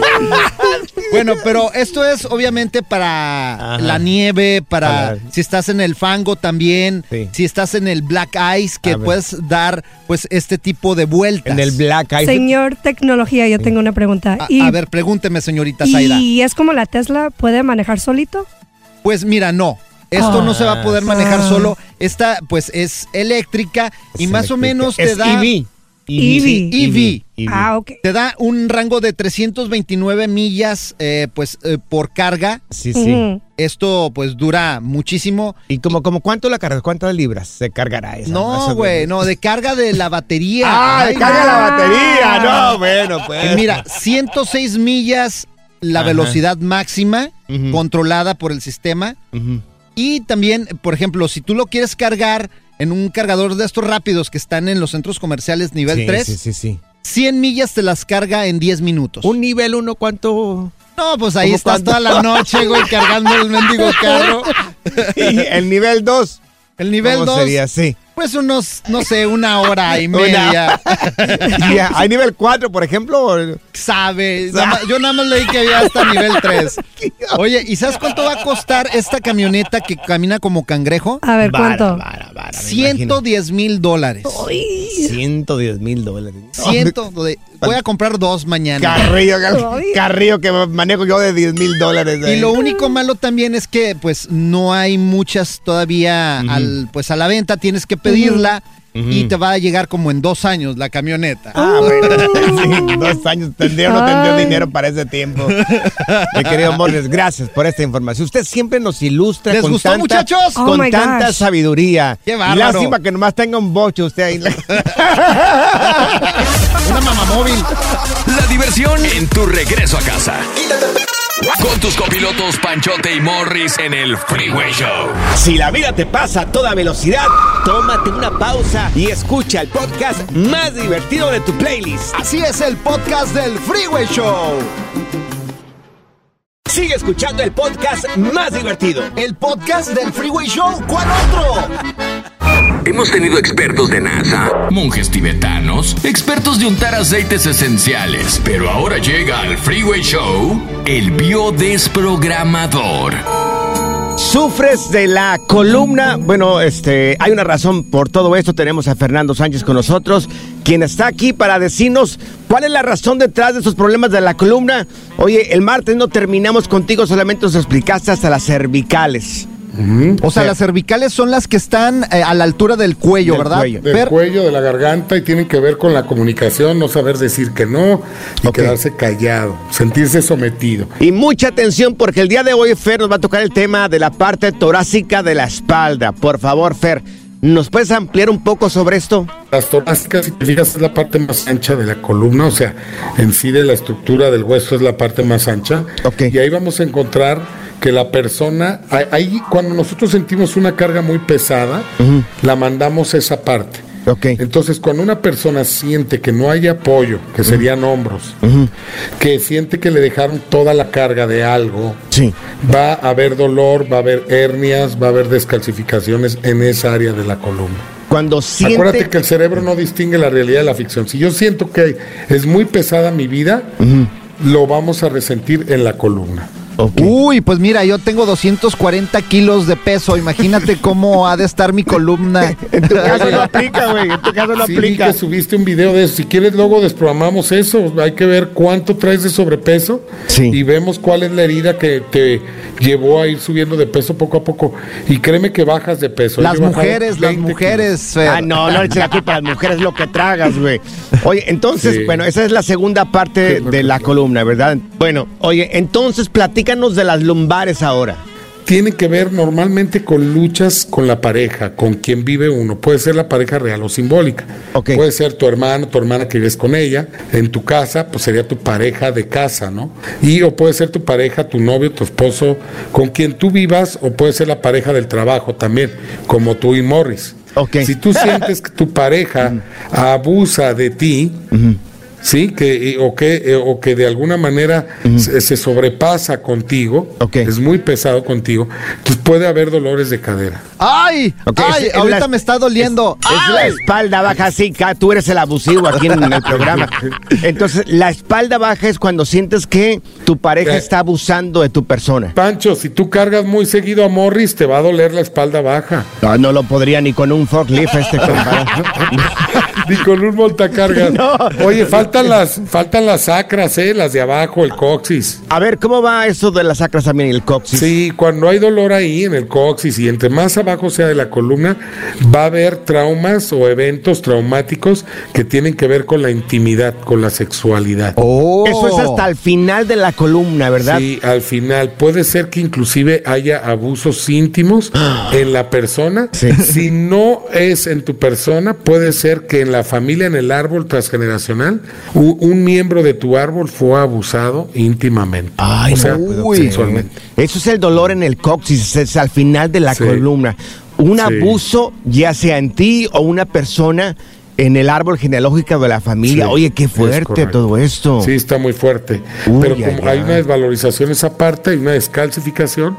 [SPEAKER 2] Bueno, pero esto es obviamente para
[SPEAKER 1] Ajá.
[SPEAKER 2] la nieve, para
[SPEAKER 1] Para-
[SPEAKER 2] si estás en el fango también,
[SPEAKER 1] Sí.
[SPEAKER 2] si estás en el black ice,
[SPEAKER 1] A
[SPEAKER 2] que
[SPEAKER 1] ver.
[SPEAKER 2] puedes dar pues este tipo de vueltas.
[SPEAKER 1] En el Black Eyed.
[SPEAKER 3] Señor Tecnología, yo tengo una pregunta.
[SPEAKER 2] A,
[SPEAKER 3] y,
[SPEAKER 2] a ver, pregúnteme, señorita Zaira.
[SPEAKER 3] ¿Y es como la Tesla? ¿Puede manejar solito?
[SPEAKER 2] Pues mira, no. Esto no se va a poder manejar
[SPEAKER 3] Ah.
[SPEAKER 2] solo. Esta pues es eléctrica y
[SPEAKER 1] Es
[SPEAKER 2] más o
[SPEAKER 1] eléctrica.
[SPEAKER 2] menos te
[SPEAKER 1] Es
[SPEAKER 2] da...
[SPEAKER 1] EV.
[SPEAKER 3] EV.
[SPEAKER 1] Sí,
[SPEAKER 2] EV.
[SPEAKER 3] Ah, ok.
[SPEAKER 2] Te da un rango de 329 millas eh, pues, eh, por carga.
[SPEAKER 1] Sí, sí.
[SPEAKER 3] Ujú.
[SPEAKER 2] Esto pues dura muchísimo.
[SPEAKER 1] ¿Y como, como cuánto la cargas? ¿Cuántas libras se cargará esa? esa-
[SPEAKER 2] No, güey, no, de carga de
[SPEAKER 1] [laughs]
[SPEAKER 2] la batería.
[SPEAKER 1] ¡Ah,
[SPEAKER 2] Ay,
[SPEAKER 1] le carga la
[SPEAKER 3] Ah.
[SPEAKER 1] batería! No, bueno, pues.
[SPEAKER 2] Eh, Mira, 106 millas la
[SPEAKER 1] Ajá.
[SPEAKER 2] velocidad máxima
[SPEAKER 1] Ujú.
[SPEAKER 2] controlada por el sistema.
[SPEAKER 1] Ujú.
[SPEAKER 2] Y también, por ejemplo, si tú lo quieres cargar en un cargador de estos rápidos que están en los centros comerciales nivel
[SPEAKER 1] Sí,
[SPEAKER 2] 3,
[SPEAKER 1] Sí, sí, sí.
[SPEAKER 2] 100 millas te las carga en 10 minutos.
[SPEAKER 1] Un nivel 1, [laughs] ¿cuánto?
[SPEAKER 2] No, pues ahí
[SPEAKER 1] ¿Cómo
[SPEAKER 2] estás
[SPEAKER 1] cuánto?
[SPEAKER 2] toda la noche, güey, cargando
[SPEAKER 1] [laughs]
[SPEAKER 2] el mendigo carro.
[SPEAKER 1] Y el nivel 2.
[SPEAKER 2] El nivel
[SPEAKER 1] ¿Cómo
[SPEAKER 2] 2,
[SPEAKER 1] sería?
[SPEAKER 2] [laughs]
[SPEAKER 1] Sí.
[SPEAKER 2] pues unos, no sé, una hora
[SPEAKER 1] [laughs]
[SPEAKER 2] y
[SPEAKER 1] Una.
[SPEAKER 2] media.
[SPEAKER 1] Y a- ¿Hay nivel 4, por ejemplo? o-
[SPEAKER 2] [laughs] Sabe, nada más- yo nada más leí que había hasta nivel
[SPEAKER 1] [laughs]
[SPEAKER 2] 3. Oye, ¿y sabes cuánto va a costar esta camioneta que camina como cangrejo?
[SPEAKER 3] A ver,
[SPEAKER 1] Vara,
[SPEAKER 3] ¿cuánto?
[SPEAKER 1] vara, vara, Ah, me imagino.
[SPEAKER 2] 110 mil dólares.
[SPEAKER 1] 110 mil dólares.
[SPEAKER 2] Ciento de- voy a comprar dos mañana.
[SPEAKER 1] Carrillo, car- carrillo que manejo yo de 10 mil dólares.
[SPEAKER 2] Y
[SPEAKER 1] eh. [laughs]
[SPEAKER 2] lo único malo también es que pues no hay muchas todavía
[SPEAKER 1] Ujú.
[SPEAKER 2] al, pues a la venta, tienes que pedirla y te va a llegar como en dos años la camioneta.
[SPEAKER 1] Ah, bueno.
[SPEAKER 3] [laughs]
[SPEAKER 1] Sí, dos años. Tendría o no tendría dinero para ese tiempo. Mi querido Morris, gracias por esta información. Usted siempre nos ilustra
[SPEAKER 2] ¿Les
[SPEAKER 1] con
[SPEAKER 2] gustó,
[SPEAKER 1] tanta,
[SPEAKER 2] muchachos?
[SPEAKER 3] Oh
[SPEAKER 1] Con
[SPEAKER 3] my
[SPEAKER 1] tanta
[SPEAKER 3] gosh.
[SPEAKER 1] sabiduría.
[SPEAKER 2] Qué bárbaro.
[SPEAKER 1] Lástima que nomás tenga un boche usted
[SPEAKER 2] [laughs]
[SPEAKER 1] ahí. [laughs]
[SPEAKER 2] Una mamamóvil.
[SPEAKER 4] La diversión en tu regreso a casa. Con tus copilotos Panchote y Morris en el Freeway Show.
[SPEAKER 1] Si la vida te pasa a toda velocidad, tómate una pausa y escucha el podcast más divertido de tu playlist.
[SPEAKER 2] Así es el podcast del Freeway Show.
[SPEAKER 1] Sigue escuchando el podcast más divertido.
[SPEAKER 2] El podcast del Freeway Show. ¿Cuál otro?
[SPEAKER 4] Hemos tenido expertos de NASA, monjes tibetanos, expertos de untar aceites esenciales, pero ahora llega al Freeway Show el biodesprogramador.
[SPEAKER 1] Sufres de la columna. Bueno, este, hay una razón por todo esto. Tenemos a Fernando Sánchez con nosotros, quien está aquí para decirnos cuál es la razón detrás de estos problemas de la columna. Oye, el martes no terminamos contigo, solamente nos explicaste hasta las cervicales.
[SPEAKER 2] O sea, las cervicales son las que están eh, a la altura del cuello,
[SPEAKER 1] Del
[SPEAKER 2] ¿verdad?
[SPEAKER 1] cuello.
[SPEAKER 8] del
[SPEAKER 2] Fer,
[SPEAKER 8] cuello, de la garganta y tienen que ver con la comunicación, no saber decir que no y
[SPEAKER 2] Ok.
[SPEAKER 8] quedarse callado, sentirse sometido.
[SPEAKER 1] Y mucha atención porque el día de hoy Fer nos va a tocar el tema de la parte torácica de la espalda. Por favor, Fer, ¿nos puedes ampliar un poco sobre esto?
[SPEAKER 8] Las torácicas, si te fijas, es la parte más ancha de la columna, o sea, en sí de la estructura del hueso es la parte más ancha.
[SPEAKER 1] Ok.
[SPEAKER 8] Y ahí vamos a encontrar que la persona, ahí- ahí cuando nosotros sentimos una carga muy pesada, la mandamos a esa parte.
[SPEAKER 1] Ok.
[SPEAKER 8] Entonces, cuando una persona siente que no hay apoyo, que serían hombros, que siente que le dejaron toda la carga de algo,
[SPEAKER 1] Sí.
[SPEAKER 8] va a haber dolor, va a haber hernias, va a haber descalcificaciones en esa área de la columna.
[SPEAKER 1] Cuando siente...
[SPEAKER 8] Acuérdate que el cerebro no distingue la realidad de la ficción. Si yo siento que es muy pesada mi vida, lo vamos a resentir en la columna.
[SPEAKER 1] Ok.
[SPEAKER 2] Uy, pues mira, yo tengo 240 kilos de peso. Imagínate cómo ha de estar mi columna.
[SPEAKER 1] [laughs] En
[SPEAKER 2] [laughs]
[SPEAKER 1] tu caso no aplica, güey. En tu caso no
[SPEAKER 8] Sí, vi
[SPEAKER 1] aplica.
[SPEAKER 8] que subiste un video de eso. Si quieres, luego desprogramamos eso. Hay que ver cuánto traes de sobrepeso
[SPEAKER 1] Sí.
[SPEAKER 8] y vemos cuál es la herida que te llevó a ir subiendo de peso poco a poco. Y créeme que bajas de peso. ¿eh?
[SPEAKER 2] Las
[SPEAKER 8] Yo he bajado
[SPEAKER 2] mujeres, las
[SPEAKER 8] 20
[SPEAKER 2] mujeres, Fer.
[SPEAKER 1] Ah, no, no le eches la culpa a las mujeres lo que tragas, güey. Oye, entonces,
[SPEAKER 8] Sí.
[SPEAKER 1] bueno, esa es la segunda parte
[SPEAKER 8] Sí, lo
[SPEAKER 1] de
[SPEAKER 8] que
[SPEAKER 1] la
[SPEAKER 8] tragas.
[SPEAKER 1] columna, ¿verdad? Bueno, oye, entonces platícanos de las lumbares ahora.
[SPEAKER 8] tiene que ver normalmente con luchas con la pareja, con quien vive uno. Puede ser la pareja real o simbólica.
[SPEAKER 1] Ok.
[SPEAKER 8] Puede ser tu hermano, tu hermana que vives con ella. En tu casa, pues sería tu pareja de casa, ¿no? Y o puede ser tu pareja, tu novio, tu esposo, con quien tú vivas, o puede ser la pareja del trabajo también, como tú y Morris.
[SPEAKER 1] Ok.
[SPEAKER 8] Si tú sientes que tu pareja abusa de ti, ¿sí? Que, y- o, que, eh, o que de alguna manera se, se sobrepasa contigo,
[SPEAKER 1] Ok.
[SPEAKER 8] es muy pesado contigo, pues puede haber dolores de cadera.
[SPEAKER 2] ¡Ay!
[SPEAKER 1] Ok,
[SPEAKER 2] ¡Ay!
[SPEAKER 1] es- es
[SPEAKER 2] ahorita
[SPEAKER 1] la-
[SPEAKER 2] me está doliendo.
[SPEAKER 1] Es la espalda baja, sí, ca- tú eres el abusivo aquí en
[SPEAKER 8] [laughs]
[SPEAKER 1] el programa. Entonces, la espalda baja es cuando sientes que tu pareja
[SPEAKER 8] Eh.
[SPEAKER 1] está abusando de tu persona.
[SPEAKER 8] Pancho, si tú cargas muy seguido a Morris, te va a doler la espalda baja.
[SPEAKER 1] No, no lo podría ni con un forklift
[SPEAKER 8] [laughs]
[SPEAKER 1] este compadre.
[SPEAKER 8] Ni con un
[SPEAKER 5] [laughs]
[SPEAKER 8] montacargas. Oye, faltan las, faltan las sacras, ¿eh? Las de abajo, el coxis.
[SPEAKER 1] A ver, ¿cómo va eso de las sacras también y el coxis?
[SPEAKER 8] Sí, cuando hay dolor ahí en el coxis y entre más abajo sea de la columna, va a haber traumas o eventos traumáticos que tienen que ver con la intimidad, con la sexualidad.
[SPEAKER 1] Eso es hasta el final de la columna, ¿verdad?
[SPEAKER 8] Sí, al final puede ser que inclusive haya abusos íntimos en la persona.
[SPEAKER 1] Sí.
[SPEAKER 8] Si no es en tu persona, puede ser que en la familia, en el árbol transgeneracional, u- un miembro de tu árbol fue abusado íntimamente.
[SPEAKER 1] Ay,
[SPEAKER 8] o sea,
[SPEAKER 1] no puedo creer.
[SPEAKER 8] sexualmente.
[SPEAKER 1] Eso es el dolor en el coxis, es al final de la
[SPEAKER 8] Sí.
[SPEAKER 1] columna. Un
[SPEAKER 8] Sí.
[SPEAKER 1] abuso, ya sea en ti o una persona en el árbol genealógico de la familia.
[SPEAKER 8] Sí,
[SPEAKER 1] Oye, qué
[SPEAKER 8] es
[SPEAKER 1] fuerte
[SPEAKER 8] correcto.
[SPEAKER 1] todo esto.
[SPEAKER 8] Sí, está muy fuerte.
[SPEAKER 1] Uy,
[SPEAKER 8] Pero
[SPEAKER 1] ay,
[SPEAKER 8] como
[SPEAKER 1] ay.
[SPEAKER 8] hay una desvalorización esa parte, hay una descalcificación.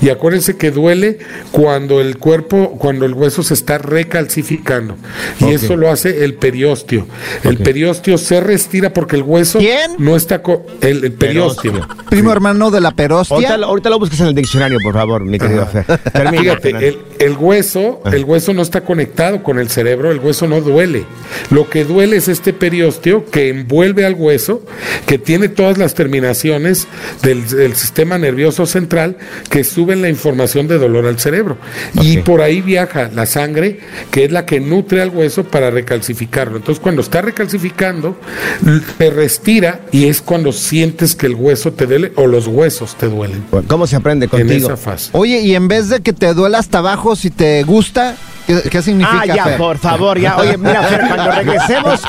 [SPEAKER 8] Y acuérdense que duele cuando el cuerpo, cuando el hueso se está recalcificando. Y eso lo hace el periósteo. El periósteo se restira porque el hueso
[SPEAKER 2] Oh. ¿Quién?
[SPEAKER 8] no está co- el, el periósteo.
[SPEAKER 2] Primo hermano de la
[SPEAKER 1] Ahorita,
[SPEAKER 2] perostia.
[SPEAKER 1] lo- ahorita lo buscas en el diccionario, por favor, mi querido Fer. Termina,
[SPEAKER 8] Fíjate,
[SPEAKER 1] Fernando.
[SPEAKER 8] el, el hueso,
[SPEAKER 1] Ah.
[SPEAKER 8] el hueso no está conectado con el cerebro, el hueso no duele. Lo que duele es este periósteo que envuelve al hueso, que tiene todas las terminaciones del, del sistema nervioso central que suben la información de dolor al cerebro. Y
[SPEAKER 1] Ok.
[SPEAKER 8] por ahí viaja la sangre, que es la que nutre al hueso para recalcificarlo. Entonces, cuando está recalcificando, l- te respira y es cuando sientes que el hueso te duele o los huesos te duelen.
[SPEAKER 1] Bueno, ¿Cómo se aprende
[SPEAKER 8] En
[SPEAKER 1] contigo?
[SPEAKER 8] esa fase.
[SPEAKER 2] Oye, y en vez de que te duela hasta abajo, si te gusta, ¿qué, qué significa?
[SPEAKER 1] Ah, ya,
[SPEAKER 2] Fer?
[SPEAKER 1] por favor, ya. Oye, mira, Fer, cuando regresemos,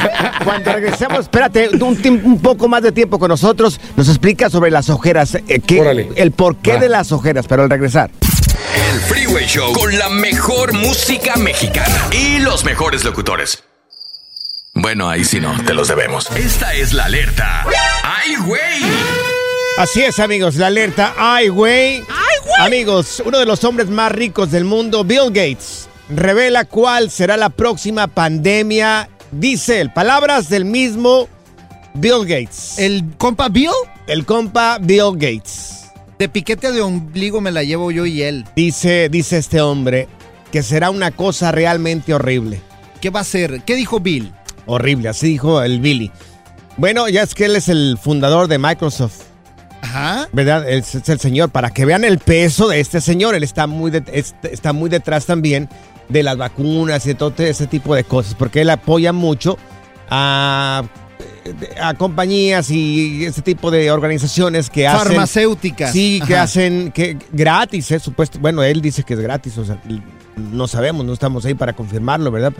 [SPEAKER 1] cuando regresemos, espérate, un, tim- un poco más de tiempo con nosotros, nos explica sobre las ojeras, eh, qué-
[SPEAKER 8] Órale.
[SPEAKER 1] el porqué
[SPEAKER 8] Va.
[SPEAKER 1] de las ojeras, pero al regresar.
[SPEAKER 4] El Freeway Show con la mejor música mexicana y los mejores locutores. Bueno, ahí sí no, te los debemos. Esta es la alerta. ¡Ay, güey!
[SPEAKER 1] Así es, amigos, la alerta. ¡Ay, güey! Amigos, uno de los hombres más ricos del mundo, Bill Gates, revela cuál será la próxima pandemia, dice él. Palabras del mismo Bill Gates.
[SPEAKER 2] ¿El compa Bill?
[SPEAKER 1] El compa Bill Gates.
[SPEAKER 2] De piquete de ombligo me la llevo yo y él.
[SPEAKER 1] Dice, dice este hombre que será una cosa realmente horrible.
[SPEAKER 2] ¿Qué va a ser? ¿Qué dijo Bill?
[SPEAKER 1] Horrible, así dijo el Billy. Bueno, ya es que él es el fundador de Microsoft.
[SPEAKER 2] Ajá.
[SPEAKER 1] ¿Verdad? Es, es el señor. Para que vean el peso de este señor. Él está muy, de- es- está muy detrás también de las vacunas y de todo ese tipo de cosas. Porque él apoya mucho a, a compañías y ese tipo de organizaciones que hacen.
[SPEAKER 2] Farmacéuticas.
[SPEAKER 1] Sí, que
[SPEAKER 2] Ajá.
[SPEAKER 1] hacen que gratis, eh, supuesto. Bueno, él dice que es gratis, o sea, l- no sabemos, no estamos ahí para confirmarlo, ¿verdad?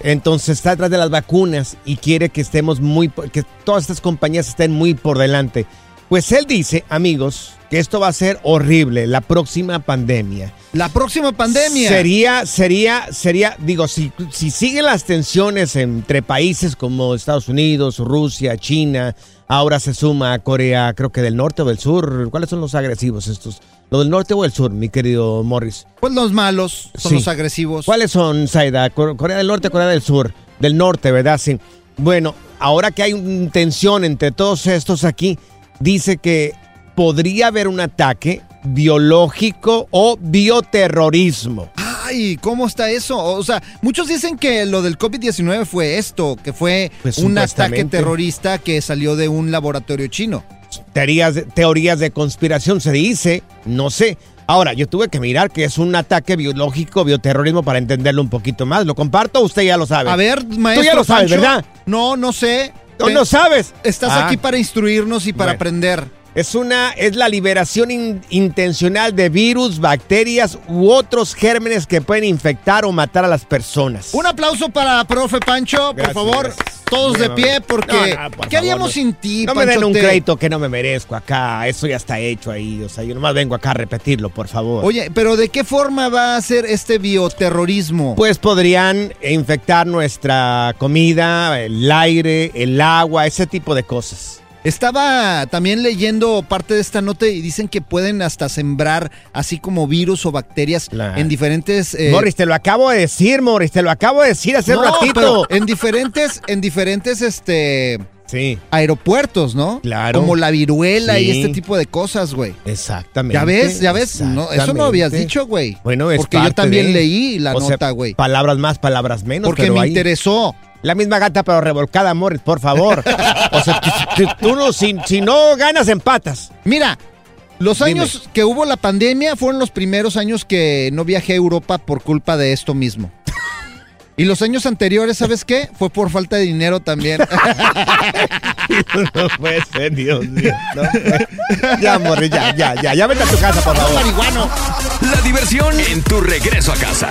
[SPEAKER 1] Entonces está atrás de las vacunas y quiere que estemos muy, por- que todas estas compañías estén muy por delante. Pues él dice, amigos, que esto va a ser horrible, la próxima pandemia.
[SPEAKER 2] La próxima pandemia.
[SPEAKER 1] Sería, sería, sería, digo, si, si siguen las tensiones entre países como Estados Unidos, Rusia, China, ahora se suma a Corea, creo que del norte o del sur. ¿Cuáles son los agresivos estos? ¿Lo del norte o el sur, mi querido Morris?
[SPEAKER 2] Pues los malos son
[SPEAKER 1] Sí.
[SPEAKER 2] los agresivos.
[SPEAKER 1] ¿Cuáles son, Zaida? Cor- Corea del Norte, Corea del Sur. Del norte, ¿verdad? Sí. Bueno, ahora que hay un- tensión entre todos estos aquí, dice que podría haber un ataque biológico o bioterrorismo.
[SPEAKER 2] Ay, ¿cómo está eso? O sea, muchos dicen que lo del COVID-19 fue esto, que fue
[SPEAKER 1] Pues,
[SPEAKER 2] un ataque
[SPEAKER 1] supuestamente.
[SPEAKER 2] terrorista que salió de un laboratorio chino.
[SPEAKER 1] teorías, de- teorías de conspiración, se dice, no sé. Ahora, yo tuve que mirar que es un ataque biológico, bioterrorismo, para entenderlo un poquito más. ¿Lo comparto? Usted ya lo sabe.
[SPEAKER 2] A ver, maestro.
[SPEAKER 1] Tú ya lo sabes,
[SPEAKER 2] Pancho.
[SPEAKER 1] ¿verdad?
[SPEAKER 2] No, no sé.
[SPEAKER 1] No,
[SPEAKER 2] Te-
[SPEAKER 1] no sabes.
[SPEAKER 2] Estás
[SPEAKER 1] Ah,
[SPEAKER 2] aquí para instruirnos y para
[SPEAKER 1] Bueno.
[SPEAKER 2] aprender.
[SPEAKER 1] Es una, es la liberación in- intencional de virus, bacterias u otros gérmenes que pueden infectar o matar a las personas.
[SPEAKER 2] Un aplauso para profe Pancho,
[SPEAKER 1] Gracias,
[SPEAKER 2] por favfavor.
[SPEAKER 1] gracias.
[SPEAKER 2] Todos
[SPEAKER 1] Muy
[SPEAKER 2] de
[SPEAKER 1] amable.
[SPEAKER 2] pie, porque
[SPEAKER 1] No, no, por
[SPEAKER 2] ¿qué
[SPEAKER 1] favor,
[SPEAKER 2] haríamos
[SPEAKER 1] no.
[SPEAKER 2] sin ti,
[SPEAKER 1] No me den un
[SPEAKER 2] Panchote?
[SPEAKER 1] crédito que no me merezco acá. Eso ya está hecho ahí. O sea, yo nomás vengo acá a repetirlo, por favor.
[SPEAKER 2] Oye, pero ¿de qué forma va a ser este bioterrorismo?
[SPEAKER 1] Pues podrían infectar nuestra comida, el aire, el agua, ese tipo de cosas.
[SPEAKER 2] Estaba también leyendo parte de esta nota y dicen que pueden hasta sembrar así como virus o bacterias
[SPEAKER 1] Claro.
[SPEAKER 2] en diferentes eh,
[SPEAKER 1] Morris, te lo acabo de decir, Morris, te lo acabo de decir hace
[SPEAKER 2] no,
[SPEAKER 1] un ratito.
[SPEAKER 2] pero en diferentes en diferentes este
[SPEAKER 1] Sí,
[SPEAKER 2] aeropuertos, ¿no?
[SPEAKER 1] Claro.
[SPEAKER 2] Como la viruela y
[SPEAKER 1] Sí.
[SPEAKER 2] este tipo de cosas, güey.
[SPEAKER 1] exactamente.
[SPEAKER 2] Ya ves, ya ves, no, eso no habías
[SPEAKER 1] exactamente.
[SPEAKER 2] dicho, güey.
[SPEAKER 1] Bueno, es
[SPEAKER 2] porque yo
[SPEAKER 1] parte
[SPEAKER 2] también
[SPEAKER 1] de-
[SPEAKER 2] leí la
[SPEAKER 1] o sea,
[SPEAKER 2] nota, güey.
[SPEAKER 1] Palabras más, palabras menos.
[SPEAKER 2] Porque
[SPEAKER 1] pero
[SPEAKER 2] me
[SPEAKER 1] ahí-
[SPEAKER 2] interesó.
[SPEAKER 1] La misma gata, pero revolcada, Morris, por
[SPEAKER 2] [laughs]
[SPEAKER 1] favor. o sea, tú, tú- tú no, si, si no ganas, empatas.
[SPEAKER 2] Mira, los
[SPEAKER 1] Dime.
[SPEAKER 2] años que hubo la pandemia fueron los primeros años que no viajé a Europa por culpa de esto mismo. Y los años anteriores, ¿sabes qué? Fue por falta de dinero también.
[SPEAKER 1] [laughs] no puede ser, Dios mío. no puede- ya, Morris, ya, ya, ya. Ya vete a tu casa, por favor.
[SPEAKER 4] La diversión en tu regreso a casa.